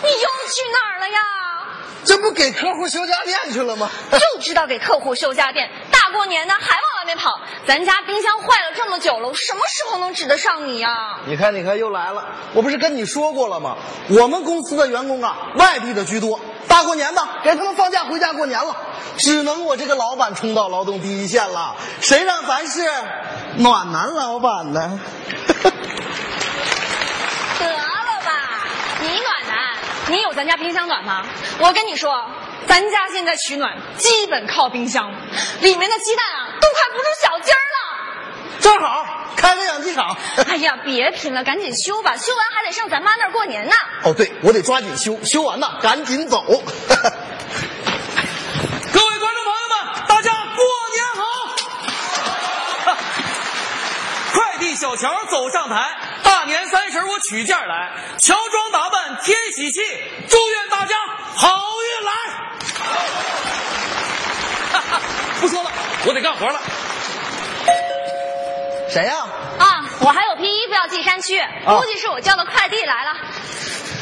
去哪儿了呀？这不给客户修家电去了吗？ 就知道给客户修家电，大过年的还往外面跑。咱家冰箱坏了这么久了，我什么时候能指得上你呀？你看，你看，又来了！我不是跟你说过了吗？我们公司的员工啊，外地的居多。大过年的，给他们放假回家过年了，只能我这个老板冲到劳动第一线了。谁让咱是暖男老板呢？得了吧，你暖男，你有咱家冰箱暖吗？我跟你说，咱家现在取暖基本靠冰箱，里面的鸡蛋啊都快不是小鸡儿了。正好开个养鸡场。 哎呀，别贫了，赶紧修吧，修完还得上咱妈那儿过年呢。哦，对，我得抓紧修，修完呢赶 紧走。各位观众朋友们，大家过年好！快递小乔走上台，大年三十我取件儿来，乔装打扮添喜气，祝愿大家好运来。 不说了，我得干活了。谁呀、啊，我还有批衣服要寄山区，啊估计是我叫的快递来了。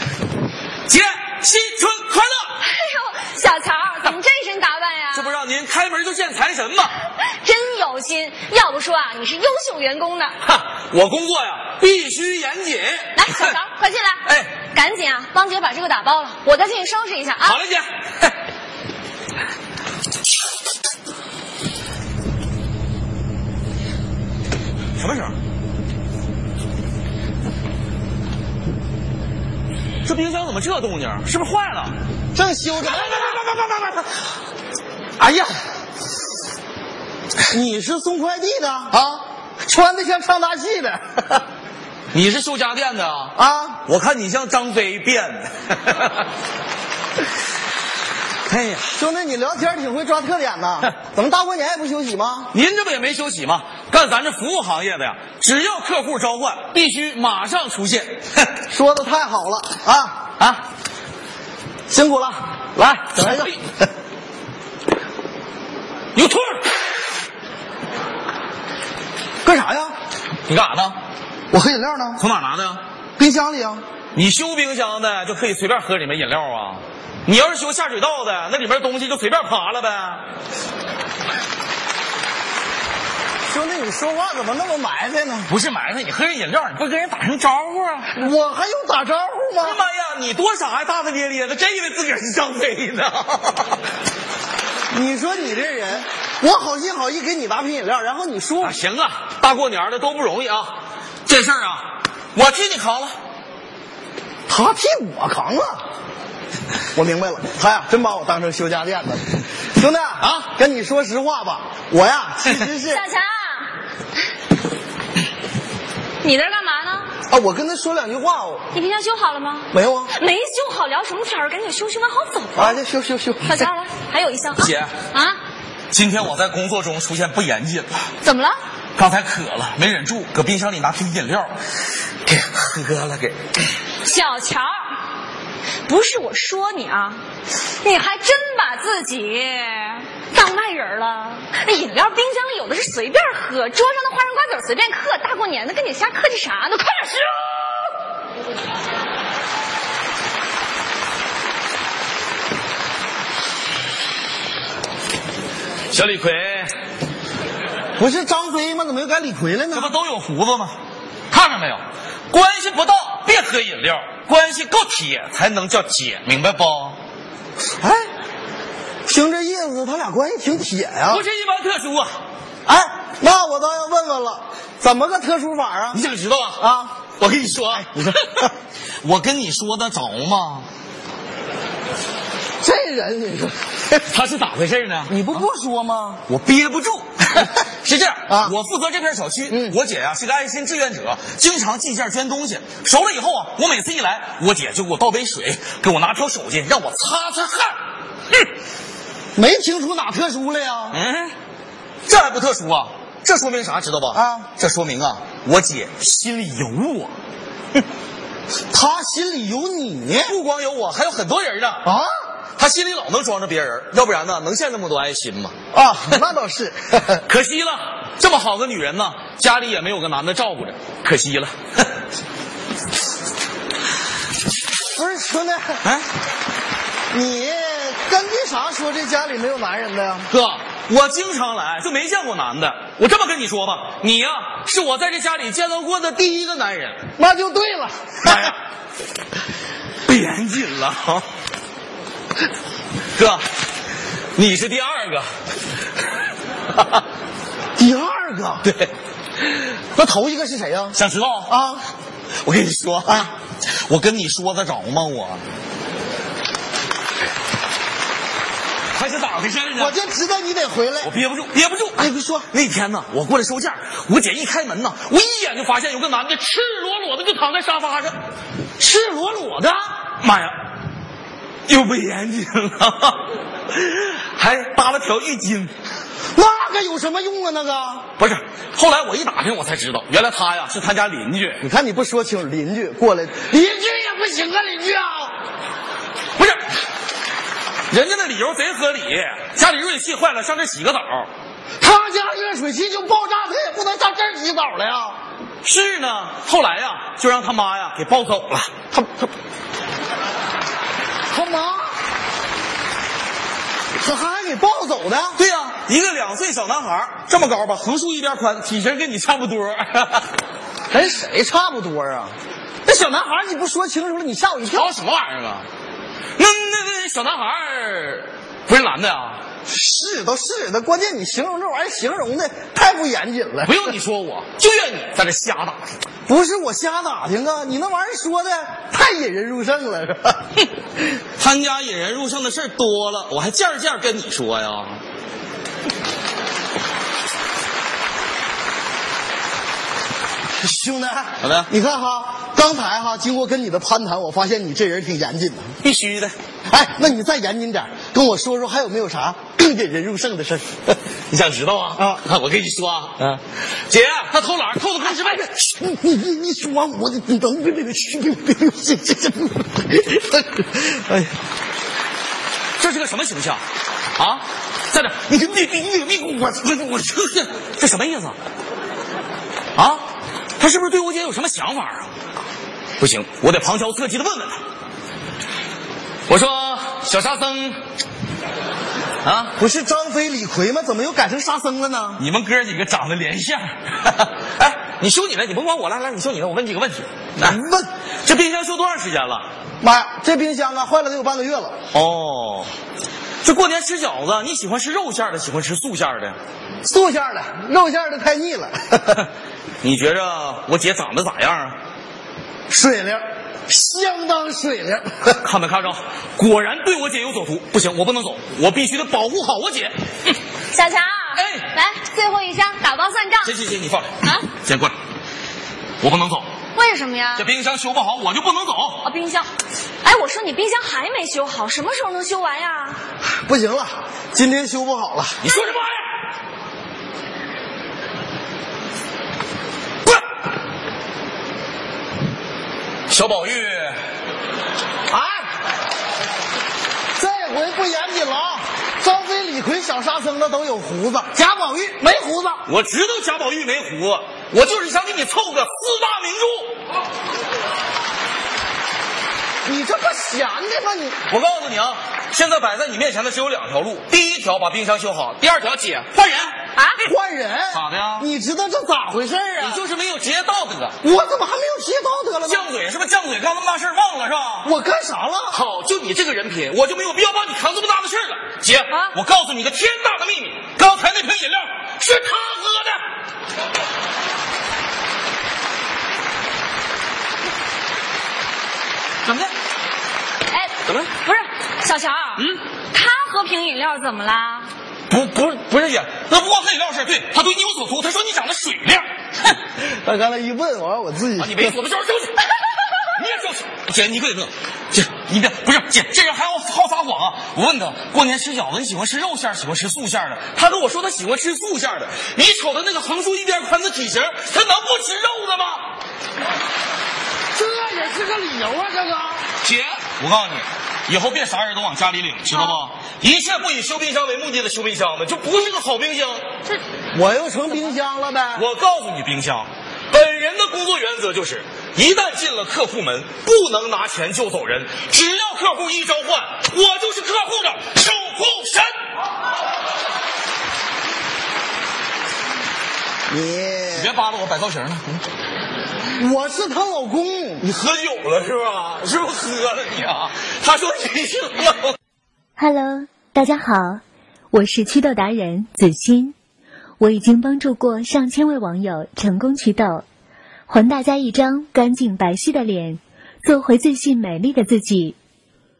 姐，新春快乐！哎呦，小乔，怎么这身打扮呀？这不让您开门就见财神吗？真有心，要不说啊，你是优秀员工呢。哈，我工作呀必须严谨。来，小乔，快进来。哎，赶紧啊，帮姐把这个打包了，我再进去收拾一下啊。好嘞，姐。嘿什么声儿？这冰箱怎么这动静儿？是不是坏了？正修着呢。哎呀，你是送快递的啊？穿的像唱大戏的 你是修家电的啊？啊？我看你像张飞变的。 哎呀，兄弟，你聊天挺会抓特点呐。怎么大过年也不休息吗？您这不也没休息吗？干咱这服务行业的呀，只要客户召唤，必须马上出现。说的太好了啊啊！辛苦了，来整一个。哎有兔儿，干啥呀？你干啥呢？我喝饮料呢，从哪拿的呀？冰箱里啊。你修冰箱的就可以随便喝里面饮料啊？你要是修下水道的，那里面东西就随便爬了呗？兄弟，你说话怎么那么埋汰呢？不是埋汰，你喝人饮料，你不跟人打声招呼啊？我还用打招呼哎呀吗？妈呀，你多傻呀，大大咧咧的，真以为自个儿是张飞呢？你说你这人，我好心好意给你拿瓶饮料，然后你说啊，行啊，大过年的都不容易啊，这事儿啊，我替你扛了。他替我扛了。我明白了，他呀真把我当成修家电的了。兄弟啊跟你说实话吧，我呀其实是 小啊，乔，你在这儿干嘛呢？啊我跟他说两句话哦，你冰箱修好了吗？没有啊，没修好，聊什么天儿？赶紧修，修完好走。啊，这修修修，小乔来，还有一箱啊。姐啊，今天我在工作中出现不严谨了，怎么了？刚才渴了没忍住，搁冰箱里拿瓶饮料给喝了给。小乔，不是我说你啊，你还真把自己当外人了。那饮料冰箱里有的是随便喝，桌上的花生瓜子随便嗑，大过年的跟你瞎客气啥呢？快点修！小李逵，不是张飞吗？怎么又改李逵了这呢？不都有胡子吗？看着没有，关系不到别喝饮料，关系够铁才能叫姐，明白不？哎，听这意思，他俩关系挺铁呀、不是一般特殊啊！哎，那我倒要问问了，怎么个特殊法啊你？想知道啊？啊，我跟你说啊，你说 我跟你说得着 吗？这人你说，啊他是咋回事呢？你不不说吗？我憋不 住。是这样啊我负责这片小区，嗯我姐呀、是个爱心志愿者，经常寄件捐东西。熟了以后啊，我每次一来，我姐就给我倒杯水，给我拿条手巾让我擦擦汗。嗯没听出哪特殊来呀、嗯，这还不特殊啊？这说明啥知道吧？啊这说明啊，我姐心里有我，他心里有你不光有我，还有很多人呢。啊她心里老能装着别人，要不然呢，能献那么多爱心吗？啊， 那倒是。可惜了，这么好个女人呢，家里 也没有个男的照顾着，可惜了。不是兄弟，哎，你跟为啥说这家里没有男人的呀？哥，我经常来，就没见过男的。我这么跟你说吧，你呀、是我在这家里见到过的第一个男人。那就对了。哎呀，不严谨了啊！哥，你是第二个。第二个，对，那头一个是谁呀、想知道？啊，我跟你说啊，我跟你说得着吗？我还是咋回事呢？我就知道你得回来我。憋不住，憋不住。哎，别说，那天呢，我过来收件儿，我姐一开门呢，我一眼就发现有个男的赤裸裸的就躺在沙发上，赤裸裸的，妈呀，又不严谨了，还搭了条浴巾。那个有什么用啊？那个，不是，后来我一打听，我才知道，原来他呀是他家邻居。你看你不说清，邻居过来，邻居也不行啊，邻居啊。不是，人家那理由贼合理，家里热水器坏了，上这洗个澡。他家热水器就爆炸，他也不能上这儿洗澡了呀。是呢，后来呀，就让他妈呀给抱走了。他他他妈，他还给抱走呢。对呀、一个两岁小男孩，这么高吧，横竖一边宽，体型跟你差不多。 跟哎谁差不多啊？那小男孩儿你不说清楚了，你吓我一跳。吵什么玩意儿啊？那那那小男孩儿不是男的啊？是都是的，关键你形容这玩意儿形容的太不严谨了。不用你说我，就怨你在这瞎打。不是我瞎打听啊，你那玩意儿说的太引人入胜 了，是吧？他家引人入胜的事儿多了，我还件儿件儿跟你说呀。怎兄弟，么的你看哈，刚才哈，经过跟你的攀谈，我发现你这人挺严谨的。必须的，哎，那你再严谨点儿，跟我说说还有没有啥更引人入胜的事儿？ 你想知道啊？啊， 我跟你说啊，姐，他偷懒，扣子快吃饭去。你你你你说完我你等等等， 这这这， 哎呀。这是个什么形象啊？站着，你你你你你我我我这这什么意思啊？他是不是对我姐有什么想法啊？不行，我得旁敲侧击的问问他。我说小沙僧啊，不是张飞、李逵吗？怎么又改成沙僧了呢？你们哥几个长得连相。哎，你修你的，你甭管我，来来，你修你的，我问你几个问题。来，问，这冰箱修多长时间了？妈呀，这冰箱啊坏了得有半个月了。哦，这过年吃饺子，你喜欢吃肉馅儿的，喜欢吃素馅儿的？素馅儿的，肉馅儿的太腻了。 你觉着我姐长得咋样啊？水灵，相当水灵。看没看着？果然对我姐有所图。不行，我不能走，我必须得保护好我姐。嗯小强，哎来最后一张打包算账行行行，你放下，啊？先过来。我不能走，为什么呀这？冰箱修不好，我就不能走。啊，冰箱，哎，我说你冰箱还没修好，什么时候能修完呀？ 不行了，今天修不好了。你说什么玩意儿？过来，小宝玉，哎，这回不严谨了啊！张飞、李逵、小沙僧的都有胡子，贾宝玉没胡子。我知道贾宝玉没胡子，我就是想给你凑个四大名著。你这不闲的吗？你我告诉你啊，现在摆在你面前的只有两条路，第一条把冰箱修好，第二条姐换人啊！换人咋的呀你知道这咋回事儿你啊？就是没有职业道德，我怎么还没有职业道德了呢？犟嘴是不是？犟嘴干那么大事儿忘了是吧？我干啥了？好，就你这个人品，我就没有必要帮你扛这么大的事儿了。姐，啊我告诉你个天大的秘密，刚才那瓶饮料是他喝的。怎么的？哎，怎么了不是小强，嗯，他喝瓶饮料怎么啦？不，不是，不是姐，那不光那饮料事儿对他对你有所图，他说你长得水灵。哼他刚才一问，我让我自己啊，你别说了，就是就是，你也就是。姐，你可得乐，姐，你别不是姐，这人还要好撒谎啊！我问他，过年吃饺子，你喜欢吃肉馅儿，喜欢吃素馅儿的？他跟我说他喜欢吃素馅儿的。你瞅他那个横竖一边宽的体型，他能不吃肉的吗？这也是个理由啊，这个。姐，我告诉你，以后别啥人都往家里领，知道不？一切不以修冰箱为目的的修冰箱的，就不是个好冰箱。这 我又成冰箱了呗。我告诉你，冰箱，本人的工作原则就是，一旦进了客户门，不能拿钱就走人，只要客户一召唤，我就是客户的守护神。你别扒拉我，摆造型呢。我是她老公，你喝酒了是吧？是不是喝了你啊？他说你喝了。 Hello，大家好，我是祛痘达人子欣，我已经帮助过上千位网友成功祛痘，还大家一张干净白皙的脸，做回自信美丽的自己。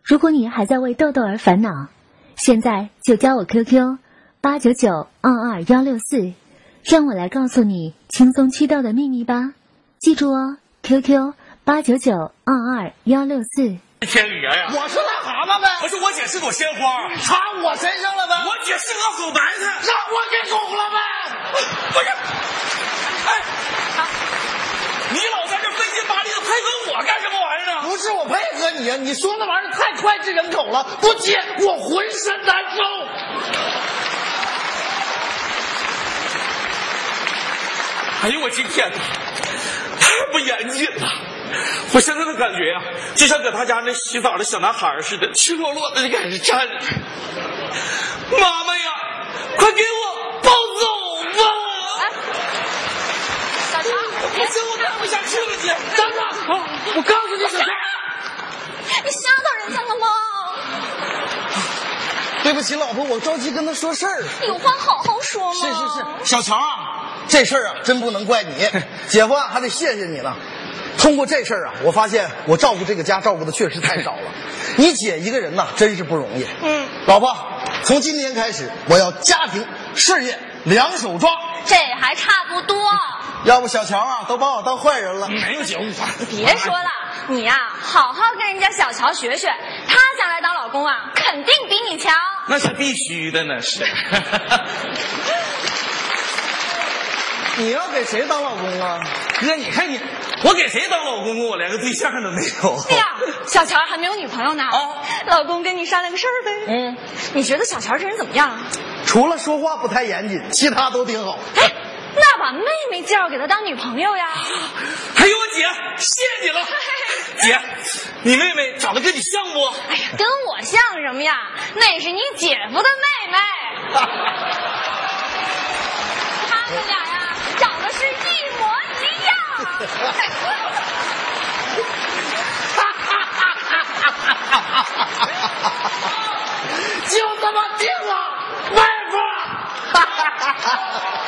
如果你还在为痘痘而烦恼，现在就加我 QQ 八九九二二幺六四，让我来告诉你轻松祛痘的秘密吧。记住哦，QQ 八九九二二幺六四。天宇呀、我是癞蛤蟆呗，不是我姐是朵鲜花，插我身上了呗，我姐是个狗白菜。让我给拱了呗。不是，哎，你老在这费劲巴力的配合我干什么玩意儿呢？啊不是我配合你呀，啊你说那玩意儿太脍炙人口了，不接我浑身难受。哎呦我今天呐，太不严谨了！我现在的感觉呀、就像搁他家那洗澡的小男孩儿似的，赤裸裸的搁那站着。妈妈呀，快给我抱走吧！小强，别我真我干不下去了，姐。等等，我告诉你小强，你吓到人家了吗？对不起老婆，我着急跟她说事儿。有话好好说嘛。是是哦是，小强啊，这事儿啊真不能怪你， 姐夫啊还得谢谢你呢。通过这事儿啊，我发现我照顾这个家照顾的确实太少了。你姐一个人呐、真是不容易。嗯，老婆，从今天开始，我要家庭事业两手抓，这还差不多。要不小乔啊都把我当坏人了。没有姐夫，我别说了，你呀、好好跟人家小乔学学，她将来当老公啊，肯定比你强。哦那是必须的呢，是。 你要给谁当老公啊？哥，你看你，我给谁当老公啊？我连个对象都没有。对呀、小乔还没有女朋友呢。哦啊老公跟你商量个事儿呗。嗯，你觉得小乔这人怎么样？啊除了说话不太严谨，其他都挺好。哎，那把妹妹介绍给他当女朋友呀。还有我哎姐，谢谢你了，姐，你妹妹长得跟你像不？哎呀，跟我像什么呀？那是你姐夫的妹妹。他们俩呀，长得是一模一样。就他妈定了，外婆。哎